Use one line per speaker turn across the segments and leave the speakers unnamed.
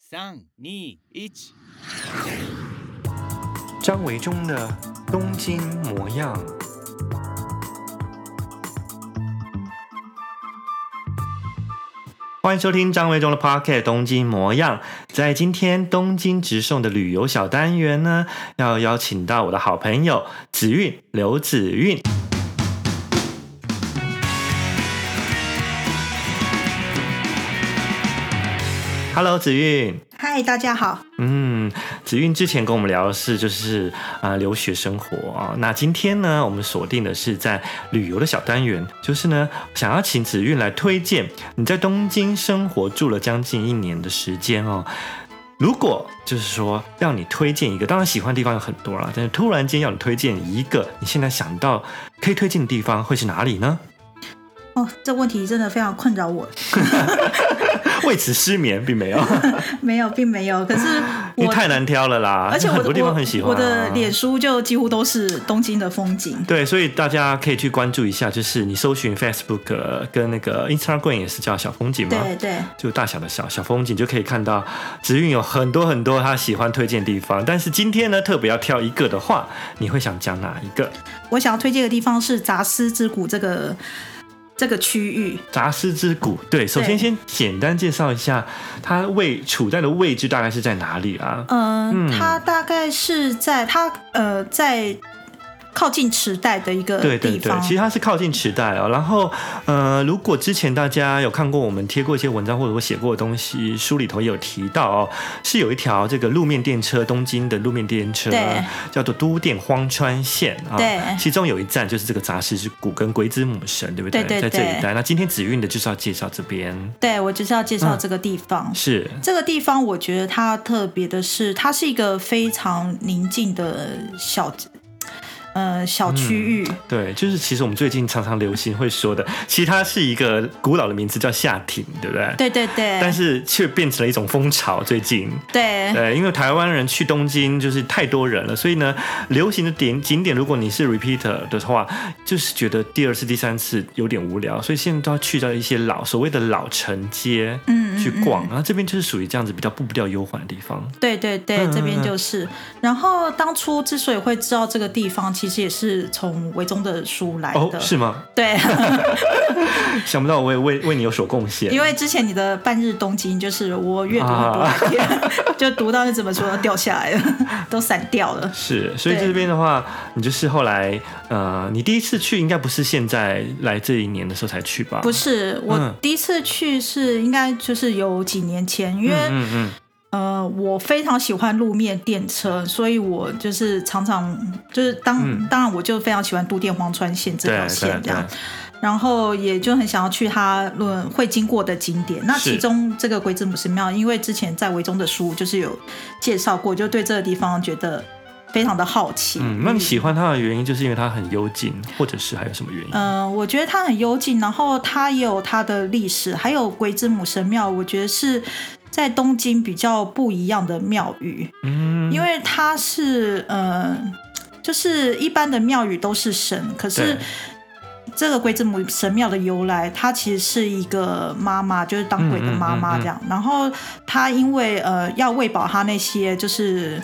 三、二、一。
张维中的《东京模样》。欢迎收听张维中的 Pocket《东京模样》。在今天东京直送的旅游小单元呢，要邀请到我的好朋友子韵刘子韵。Hello，子韵。
嗨，大家好。
嗯，子韵之前跟我们聊的是就是啊、呃留学生活啊，那今天呢我们锁定的是在旅游的小单元，就是呢想要请子韵来推荐你在东京生活住了将近一年的时间哦。如果就是说让你推荐一个，当然喜欢的地方有很多啦，但是突然间要你推荐一个，你现在想到可以推荐的地方会是哪里呢？
哦，这问题真的非常困扰我。
为此失眠，并没有，
没有，并没有。可是
因为
我
太，难挑了啦，
而且我
很
的
多地方很喜欢、啊
我的脸书就几乎都是东京的风景。
对，所以大家可以去关注一下，就是你搜寻 Facebook 呃跟那个 Instagram 也是叫小风景嘛，
对对，
就大小的小小风景，就可以看到子韵有很多很多他喜欢推荐的地方。但是今天呢，特别要挑一个的话，你会想讲哪一个？
我想要推荐的地方是杂司之谷这个这个区域。
杂斯之谷。对，首先
对
先简单介绍一下它位处在的位置大概是在哪里啊？
呃、
嗯
嗯，它大概是在它呃在靠近池袋的一个
对对
呃地
对
方。，
其实它是靠近池袋哦。然后，呃，如果之前大家有看过我们贴过一些文章，或者我写过的东西，书里头也有提到哦，是有一条这个路面电车，东京的路面电车
对
叫做都电荒川线啊。
对
其中有一站就是这个杂志之谷跟鬼子母神，对不对？
对
在
对
这一
对
带。那今天紫韵的就是要介绍这边，
对，我就是要介绍
嗯
这个地方。
是
这个地方我觉得它特别的是，它是一个非常宁静的小呃小区域。
对，就是其实我们最近常常流行会说的，其实它是一个古老的名字叫下町，对不对？
对对对，
但是却变成了一种风潮，最近。
对
对，因为台湾人去东京就是太多人了，所以呢，流行的点景点，如果你是 repeater 的话，就是觉得第二次、第三次有点无聊，所以现在都要去到一些老所谓的老城街，
嗯嗯
去逛。然后这边就是属于这样子比较步调悠缓的地方。
对对对，
嗯
这
嗯
边
嗯
就是。然后当初之所以会知道这个地方，其实也是从维中的书来
哦
的。，
是吗？
哎对，
想不到我也为为你有所贡献。
因为之前你的《半日东京》就是我阅读很多
啊
那天， 就读到那怎么说掉下来了， 都散掉了。
是，所以
对
这边的话，你就是后来，呃，你第一次去应该不是现在来这一年的时候才去吧？
不，是，我
嗯
第一次去是应该就是有几年前，因为、
嗯嗯，
呃，我非常喜欢路面电车，所以我就是常常就是当、
嗯
当然我就非常喜欢都电荒川线这
对
条
对
线
对
这样，，然后也就很想要去它论会经过的景点。那
是
其中这个鬼子母神庙，因为之前在维中的书就是有介绍过，就对这个地方觉得非常的好奇。
嗯，那你喜欢它的原因就是因为它很幽静，或者是还有什么原因？
嗯、我觉得它很幽静，然后它也有它的历史，还有鬼子母神庙，我觉得是在东京比较不一样的庙宇，
嗯，
因为它是呃，就是一般的庙宇都是神，可
对
是。这个鬼子母神庙的由来，它其实是一个妈妈，就是当鬼的妈妈这样。
嗯
然后她因为呃要喂饱她那些就是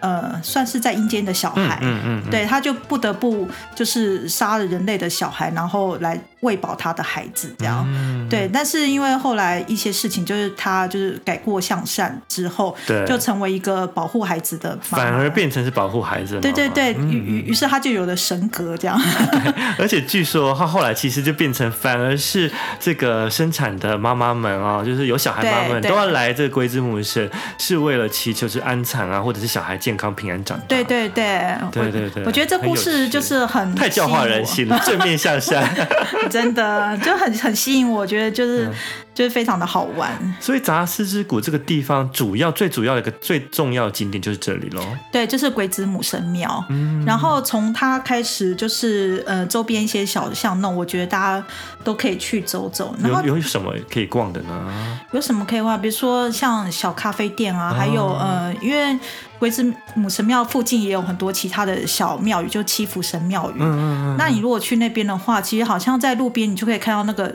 呃算是在阴间的小
嗯
孩，
嗯嗯，嗯，
对，他就不得不就是杀了人类的小孩，然后来喂饱他的孩子这样。
嗯
对，但是因为后来一些事情，就是他就是改过向善之后，
对
就成为一个保护孩子的妈妈
反而。变成是保护孩子的妈
对
妈。
对对，
嗯
于于于是他就有了神格这样。
而且据说他后来其实就变成，反而是这个生产的妈妈们啊、就是有小孩妈妈们
对对
都要来这个龟之母神，是为了祈求是安产啊，或者是小孩健康平安长大。
对对对，
对对对
我我觉得这
很有
故事
趣
就是很
太教化人
吸
心
引
了，正面向善。
我， 真的就很很吸引我，我觉得
嗯
就是、 就是非常的好玩。
所以杂斯之谷这个地方，主要最主要的一个最重要的景点就是这里喽。
对，就是鬼子母神庙。
嗯，
然后从它开始就是呃周边一些小巷弄，我觉得大家都可以去走走。然后
有有什么可以逛的呢？
有什么可以逛？比如说像小咖啡店啊，
哦
还有呃，因为鬼子母神庙附近也有很多其他的小庙宇，就七福神庙宇。
嗯嗯嗯，
那你如果去那边的话，其实好像在路边你就可以看到那个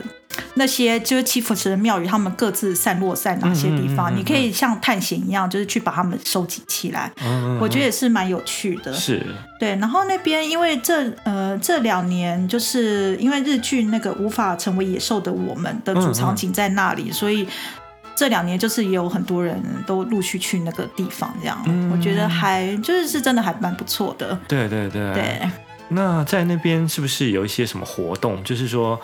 那些就是七福神的庙宇，他们各自散落在哪些地
嗯
方，
嗯嗯嗯
你可以像探险一样，就是去把它们收集起来。
嗯
我觉得也是蛮有趣的，
是，
对。然后那边因为这呃这两年，就是因为日剧那个无法成为野兽的我们的
嗯
主场景在那里，所以这两年就是也有很多人都陆续去那个地方，这样、
嗯
我觉得还就是是真的还蛮不错的，
对对对。
对。
那在那边是不是有一些什么活动？就是说，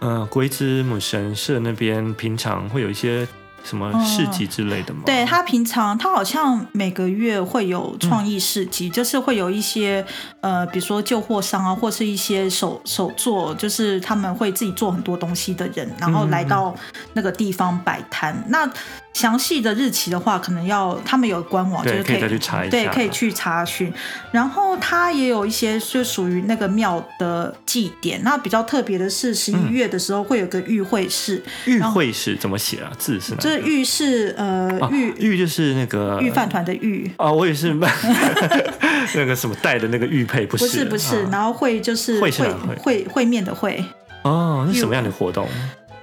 呃，龟之母神社那边平常会有一些什么市集之类的吗？
对他平常，他好像每个月会
嗯
有创意市集，就是会有一些呃，比如说旧货商啊，或是一些手手作，就是他们会自己做很多东西的人，然
嗯
后来到那个地方摆摊。那详细的日期的话，可能要他们有官网，就
对
是
可以再去查一
对，
下
可以去查询。然后它也有一些是属于那个庙的祭典。那比较特别的是，十
嗯
一月的时候会有个御会室，
玉会是怎么写啊？字是哪
这
一个？
御是呃
啊
御
玉就是那个
御饭团的御。
哦，我也是 那个什么带的那个玉佩，不是
不是不是，
啊
然后会就是
会
会
是哪会
会会面的会，
哦，那什么样的活动？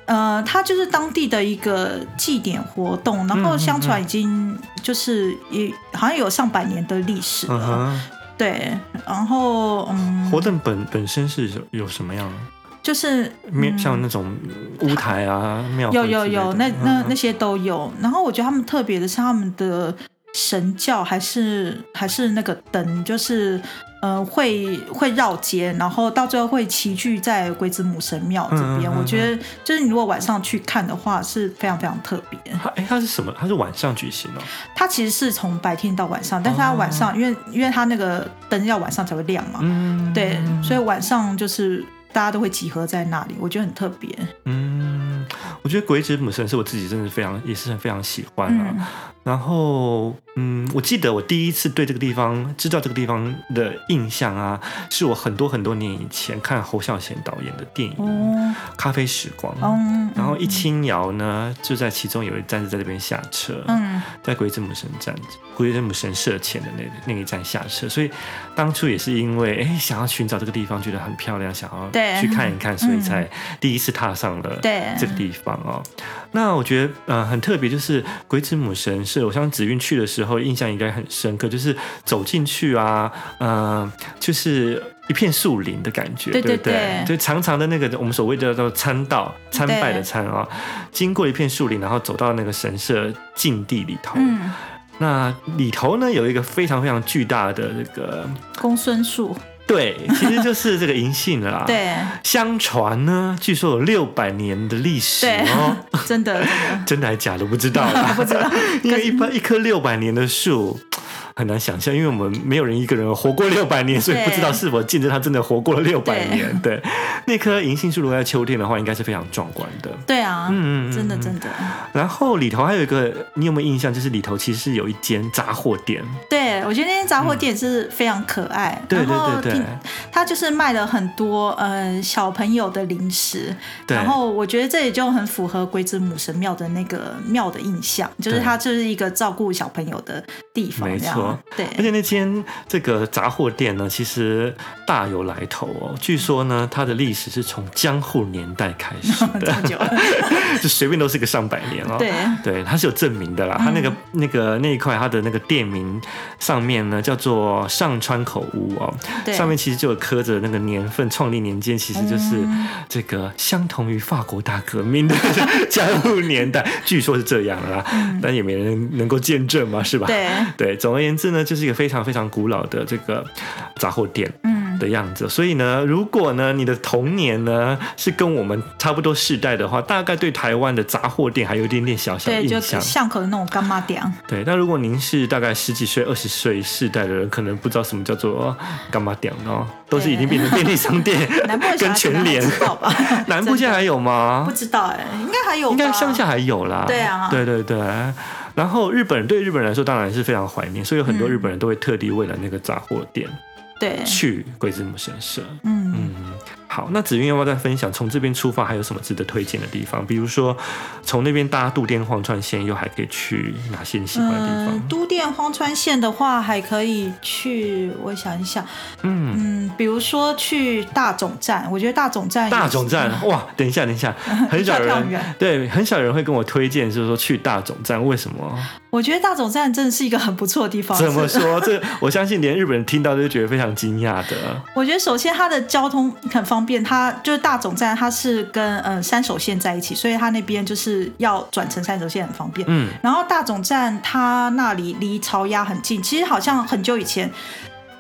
呃，它就是当地的一个祭典活动，然后
嗯嗯
相传已经就是也好像有上百年的历史
嗯
了，
哼，
对，然后嗯，
活动本本身是有有什么样？
就是
面像那种舞台啊，庙
有
会
嗯有
之类
有，
的
那那
嗯
那些都有，然后我觉得他们特别的是他们的神教还是还是那个灯，就是。呃，会会绕街，然后到最后会齐聚在龟子母神庙这边。
嗯嗯嗯嗯
我觉得，就是你如果晚上去看的话，是非常非常特别。
它哎，它是什么？它是晚上举行哦。
它其实是从白天到晚上，但是它晚上，因为因为它那个灯要晚上才会亮嘛，
嗯，
对，所以晚上就是大家都会集合在那里，我觉得很特别。
嗯，我觉得鬼子母神是我自己真的非常也是非常喜欢啊。
嗯，
然后，嗯，我记得我第一次对这个地方知道这个地方的印象啊，是我很多很多年以前看侯孝贤导演的电影《
哦，
咖啡时光》。
嗯，
嗯然后一青瑶呢，就在其中有一站是在这边下车，
嗯，
在鬼子母神站、鬼子母神社前的那那一站下车，所以当初也是因为哎想要寻找这个地方，觉得很漂亮，想
对嗯
要去看一看，所以才第一次踏上了
对
这个地方哦。那我觉得呃很特别，就是鬼子母神社，我相信子韵去的时候印象应该很深刻，就是走进去啊，呃，就是。一片树林的感觉，
对
对
对
不对
对？
就长长的那个我们所谓的叫做参道，参拜的
对
参啊、经过一片树林，然后走到那个神社禁地里头。
嗯，
那里头呢有一个非常非常巨大的这个，
公孙树，
对，其实就是这个银杏了啦。，
对
相传呢，据说有六百年的历史哦，
真的真
真的还假的不知道啦，
的不知道，
因为一般一棵六百年的树。很难想象，因为我们没有人一个人活过六百年，所以
对
不知道是否见证他真的活过了六百
对
年。对，那棵银杏树如果在秋天的话，应该是非常壮观的。
对啊，
嗯嗯嗯
真的真的，
然后里头还有一个，你有没有印象？就是里头其实是有一间杂货店，
对我觉得那间杂货店是非常可爱，
嗯对
然后
对对对
听他就是卖了很多呃小朋友的零食，
对
然后我觉得这也就很符合鬼子母神庙的那个庙的印象，就是
对
它就是一个照顾小朋友的地方，
没
这样
错， 而
对，
且那间这个杂货店呢，其实大有来头哦。据说呢，它的历史是从江户年代开 始
这么
的，
久，
就随便都是个上百年哦。
对。
对，它是有证明的
嗯
啦。它那个、那个那一块，它的那个店名上面呢叫做上川口屋哦，
对
上面其实就有刻着那个年份，创立年间其实就是
嗯
这个相同于法国大革命的 江户年代，据说是这样啦，但也没人能够见证嘛，是吧？
嗯对，
对，总而言之呢，就是一个非常非常古老的这个杂货店
嗯，
的样子。所以呢，如果呢你的童年呢是跟我们差不多世代的话，大概对台湾的杂货店还有一点点小小
对，就
印象。
巷口的那种干妈店，
对，那如果您是大概十几岁、二十岁世代的人，可能不知道什么叫做干嘛点哦，都是已经变成便利商店
南部的小
跟
孩子
全
还
联。
知道吧？
南部现在还有吗
不？知道哎、应该还有吧，
应该乡下还有啦。
对啊
对对对。然后日本人对日本人来说当然是非常怀念，所以有很多
嗯
日本人都会特地为了那个杂货店
对，
去龟之母神社。
嗯，
嗯，好，那子韵要不要再分享？从这边出发还有什么值得推荐的地方？比如说，从那边搭渡电荒川线，又还可以去哪些你喜欢的地
嗯
方，？
都电荒川线的话，还可以去，我想一想，
嗯，
嗯，比如说去大总站，我觉得大总站
大总
嗯
站，哇，等一下，等一下，很少
一下跳
人
远
对，很少人会跟我推荐，就是说去大总站，为什 么？
我觉得大总站真的是一个很不错的地方。
怎么
是
说？这我相信连日本人听到都觉得非常惊讶 的。
我觉得首先它的交通很方便，它就是大总站，它是跟呃三手线在一起，所以它那边就是要转乘三手线很方便。
嗯，
然后大总站它那里离朝鸭很近，其实好像很久以前。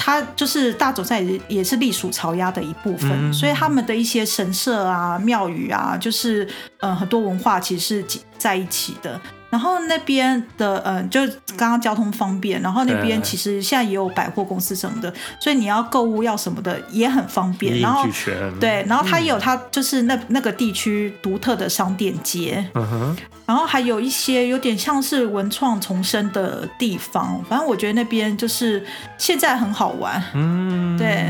它就是大总站也是也是隶属朝鸭的一部分，
嗯
所以他们的一些神社啊、庙宇啊，就是呃很多文化其实是集在一起的。然后那边的呃，就刚刚交通方便，然后那边
对
其实现在也有百货公司什么的，所以你要购物要什么的也很方便。
一
然
应
后
俱全。，
对，然后它也有它就是那那个地区独特的商店街，
嗯哼，
然后还有一些有点像是文创重生的地方，反正我觉得那边就是现在很好玩。
嗯，
对，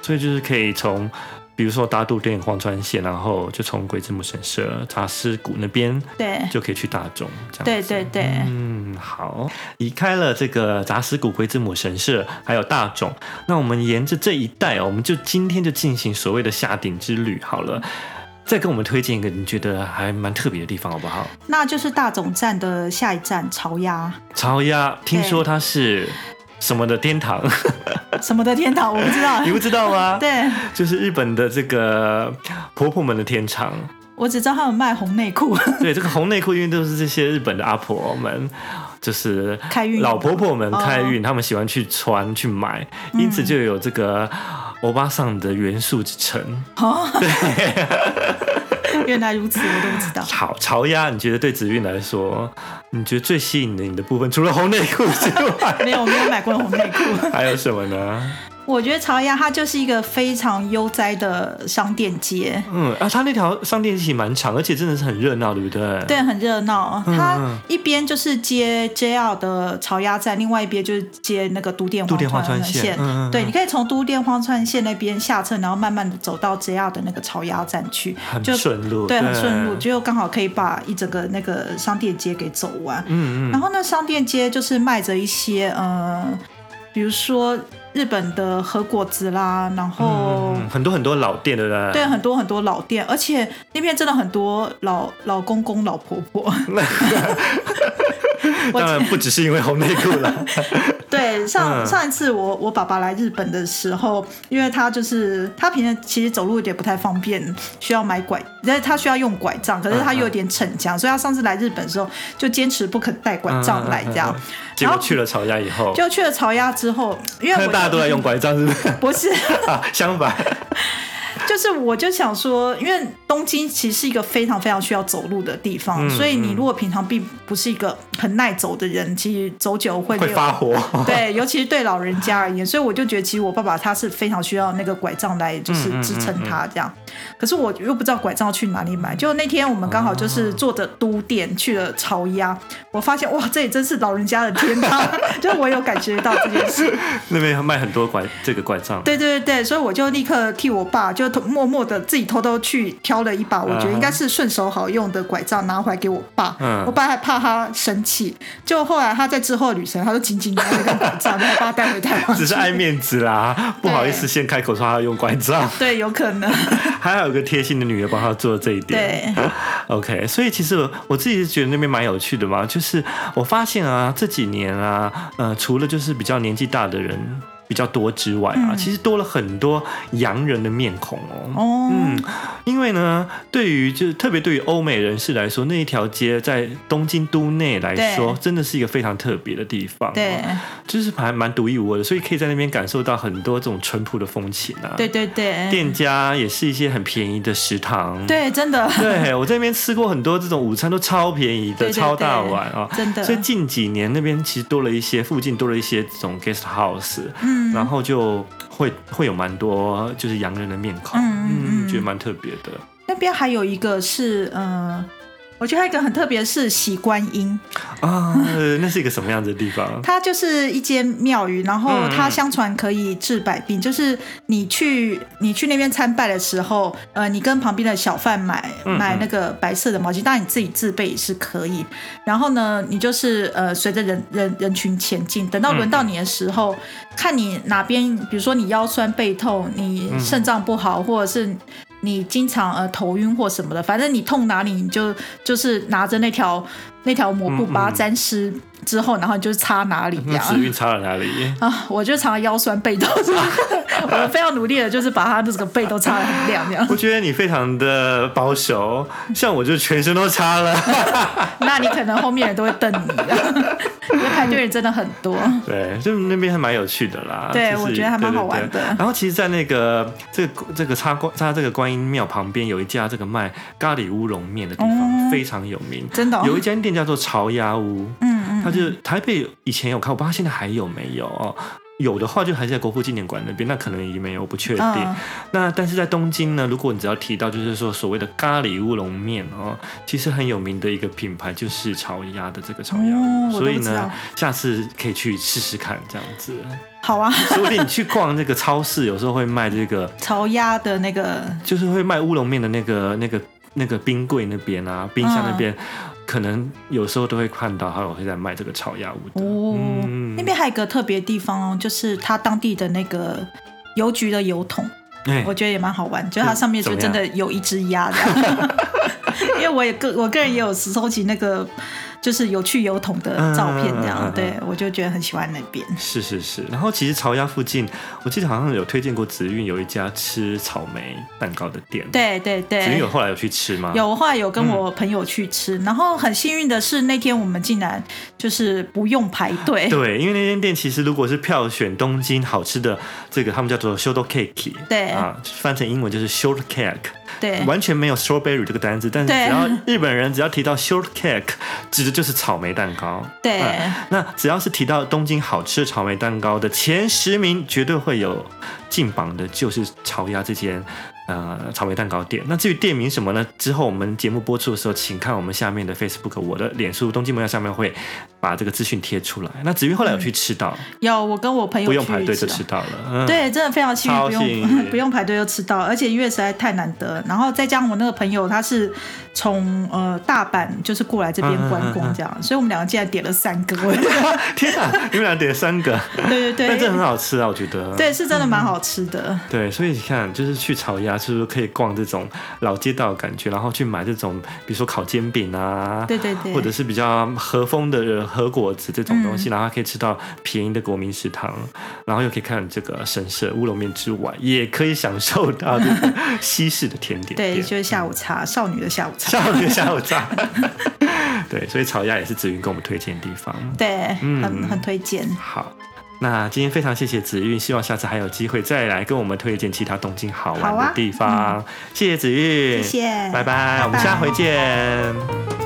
所以就是可以从，比如说搭渡电荒川线，然后就从鬼之木神社、茶师谷那边
对，
就可以去大众这样。
对对对，
嗯，好，离开了这个杂石谷龟之母神社，还有大冢，那我们沿着这一带哦，我们就今天就进行所谓的下顶之旅好了。再跟我们推荐一个你觉得还蛮特别的地方好不好？
那就是大总站的下一站朝鸭
朝鸭，听说它是什么的天堂，
什么的天堂，我不 知道
你。不知道吗？，
对，
就是日本的这个婆婆们的天堂。
我只知道他们卖红内裤。
对，这个红内裤因为都是这些日本的阿婆们，就是
开运
老婆婆们
哦嗯
开运，她们喜欢去穿去买，因此就有这个欧巴桑的元素之称。
哦，原来如此，我都不 知道。
好，潮鸭，你觉得对子韵来说，你觉得最吸引你的部分，除了红内裤之外，
没有，没有买过红内裤。
还有什么呢？
我觉得朝鸭它就是一个非常悠哉的商店街，
嗯，啊，它那条商店其实蛮长，而且真的是很热闹，对不对？
对，，啊很热闹。
嗯
它
嗯
一边就是接 JR 的朝鸭站，另外一边就是接那个都电
渡电
荒
荒川线
线。
嗯嗯嗯
对，你可以从都电荒川线那边下车，然后慢慢的走到 JR 的那个朝鸭站去，
很
就
顺路，嗯
对，很顺路，就刚好可以把一整个那个商店街给走完。
嗯嗯，
然后呢，商店街就是卖着一些呃，比如说日本的和果子啦，然后、
嗯很多很多老店，对不对？
对，啊很多很多老店，而且那边真的很多老老公公、老婆婆。我
当然不只是因为红内裤了。
对，上、
嗯
上一次我我爸爸来日本的时候，因为他就是他平时其实走路有点不太方便，需要买拐，但是他需要用拐杖，可是
嗯
他又有点逞强，所以他上次来日本的时候就坚持不肯带拐杖来这样。
嗯嗯嗯结果去了吵架以后，
就去了朝鸭之后，因为
看
我
大家都在用拐杖，是不是？
不是，
啊，相 反，
就是我就想说，因为东京其实是一个非常非常需要走路的地
嗯
方，所以你如果平常并不是一个很耐走的人，其实走久会
会
没有
发火。
对，尤其是对老人家而言，所以我就觉得，其实我爸爸他是非常需要那个拐杖来，就是
嗯嗯嗯
支撑他这样。可是我又不知道拐杖要去哪里买。就那天我们刚好就是坐着都电去了朝鸭，我发现哇，这里真是老人家的 天堂，就是我有感觉到这件事。
那边卖很多拐这个拐杖，
对对对对，所以我就立刻替我爸，就偷默默的自己偷偷去挑了一把，我觉得应该是顺手好用的拐杖，拿回来给我爸。
嗯
我爸还怕他生气，就后来他在之后的旅程，他就紧紧拿那个拐杖，然后把他带回台湾。
只是爱面子 啦，不好意思先开口说他要用拐杖，
对，有可 能。
还好有个贴心的女儿帮他做这一点。
对，
OK，所以其实我我自己是觉得那边蛮有趣的嘛，就是我发现啊，这几年啊，呃，除了就是比较年纪大的人比较多之外啊，
嗯
其实多了很多洋人的面孔哦。
哦，
嗯，因为呢，对于就是特别对于欧美人士来说，那一条街在东京都内来说，真的是一个非常特别的地方、哦
对，，
就是还蛮独一无二的，所以可以在那边感受到很多这种淳朴的风情啊。
对，对对，
店家也是一些很便宜的食堂，
对，真的，
对，我在那边吃过很多这种午餐，都超便宜的，
对对
超大
对
碗啊。
真的
所以近几年那边其实多了一些，附近多了一些这种 guest house，、
嗯
然后就会会有蛮多就是洋人的面孔，
嗯嗯嗯
觉得蛮特别的。
那边还有一个是，嗯、我觉得还有一个很特别的是喜观音，
啊，那是一个什么样子的地 方？
它就是一间庙宇，然后
嗯
它
嗯
相传可以治百病，就是你去你去那边参拜的时候，呃，你跟旁边的小贩买
嗯
买那个白色的毛巾，当然你自己自备也是可以。然后呢，你就是呃随着人人人群前进，
嗯
等到轮到你的时候，看你哪边，比如说你腰酸背痛，你肾脏不
嗯
好，或者是。你经常呃头晕或什么的，反正你痛哪里，你就就是拿着那条那条抹布
嗯嗯
把它沾湿之后，然后你就擦哪里这
那时
样。
运差了哪里？
啊，我就常常腰酸背痛，我非常努力的，就是把它的这个背都擦得很亮，这样。
我觉得你非常的保守，像我就全身都擦了。
那你可能后面人都会瞪你的， 因为排队人真的很多。
对，就那边还蛮有趣的啦。
对
就是
我觉得还蛮好玩的
对对对然后其实，在那个这个这个插观插这个观音庙旁边，有一家这个卖咖喱乌龙面的地方，
哦
非常有名。
真的哦
有一间店叫做潮鸭屋，
嗯嗯，
它就是台北以前有看，我不知道它现在还有没有哦。有的话就还是在国父纪念馆那边，那可能已经没有，我不确定。
嗯
那但是在东京呢，如果你只要提到就是说所谓的咖喱乌龙面哦，其实很有名的一个品牌就是潮鸭的这个潮鸭屋，
哦我都不
所以
知
呢
道，
下次可以去试试看这样子。
好啊，
说不定你去逛那个超市，有时候会卖这个，
潮鸭的那个
就是会卖乌龙面的那个那个那个冰柜那边啊，冰箱
嗯
那边，可能有时候都会看到还有会在卖这个炒鸭屋的。
哦，
嗯
那边还有一个特别地方哦，就是它当地的那个邮局的邮筒，
哎
我觉得也蛮好玩，就
嗯
是它上面就真的有一只鸭这样。 因为我也个我个人也有收集那个就是有趣油桶的照片，这样、
嗯嗯嗯嗯嗯
对我就觉得很喜欢那边。
是是是，然后其实潮鸭附近，我记得好像有推荐过紫韵有一家吃草莓蛋糕的店。，
对对
紫韵
对
有，啊嗯后来有去吃吗？
有我后来有跟我朋友去吃，然后很幸运的是那天我们竟然就是不用排队，
对，因为那间店其实如果是票选东京好吃的，这个他们叫做 short cake，
对
啊，翻成英文就是 short cake，
对
完全没有 strawberry 这个单字，但是
对
只要日本人只要提到 short cake，指的就是草莓蛋糕。
对
嗯 那只要是提到东京好吃的草莓蛋糕的前十名，绝对会有进榜的，就是潮鸭这间。呃，草莓蛋糕店。那至于店名什么呢？之后我们节目播出的时候，请看我们下面的 Facebook，我的脸书东京门票上面会把这个资讯贴出来。那子玉后来有去吃到，
嗯有我跟我朋友
不用
去
排队就
吃
吃到了。嗯、
对，真的非常幸运，
超
不
幸
用
运
不用排队就吃到，而且因为实在太难得，然后再加上我那个朋友他是从呃大阪就是过来这边观
嗯
光这样，所以我们两个竟然点了三个， 我觉得
天啊，你们俩点三个，
对 对
但这很
对，
好嗯吃啊，我觉得。
对是真的蛮好吃的，
对，所以你看，就是去草鸭，是不是可以逛这种老街道的感觉，然后去买这种，比如说烤煎饼啊，
对对对
或者是比较和风的和果子这种东西，然后还可以吃到便宜的国民食堂，然后又可以看这个神社乌龙面之外，也可以享受到这个西式的甜点
对，
店，
就是下午茶，少女的下午茶，
下午下午茶。 对，所以草鸭也是紫云给我们推荐的地方。
对，
嗯
很很推荐，
好。那今天非常谢谢子韵，希望下次还有机会再来跟我们推荐其他东京好玩
好啊
的地方。谢谢子韵，
谢谢
拜拜，我们下回见。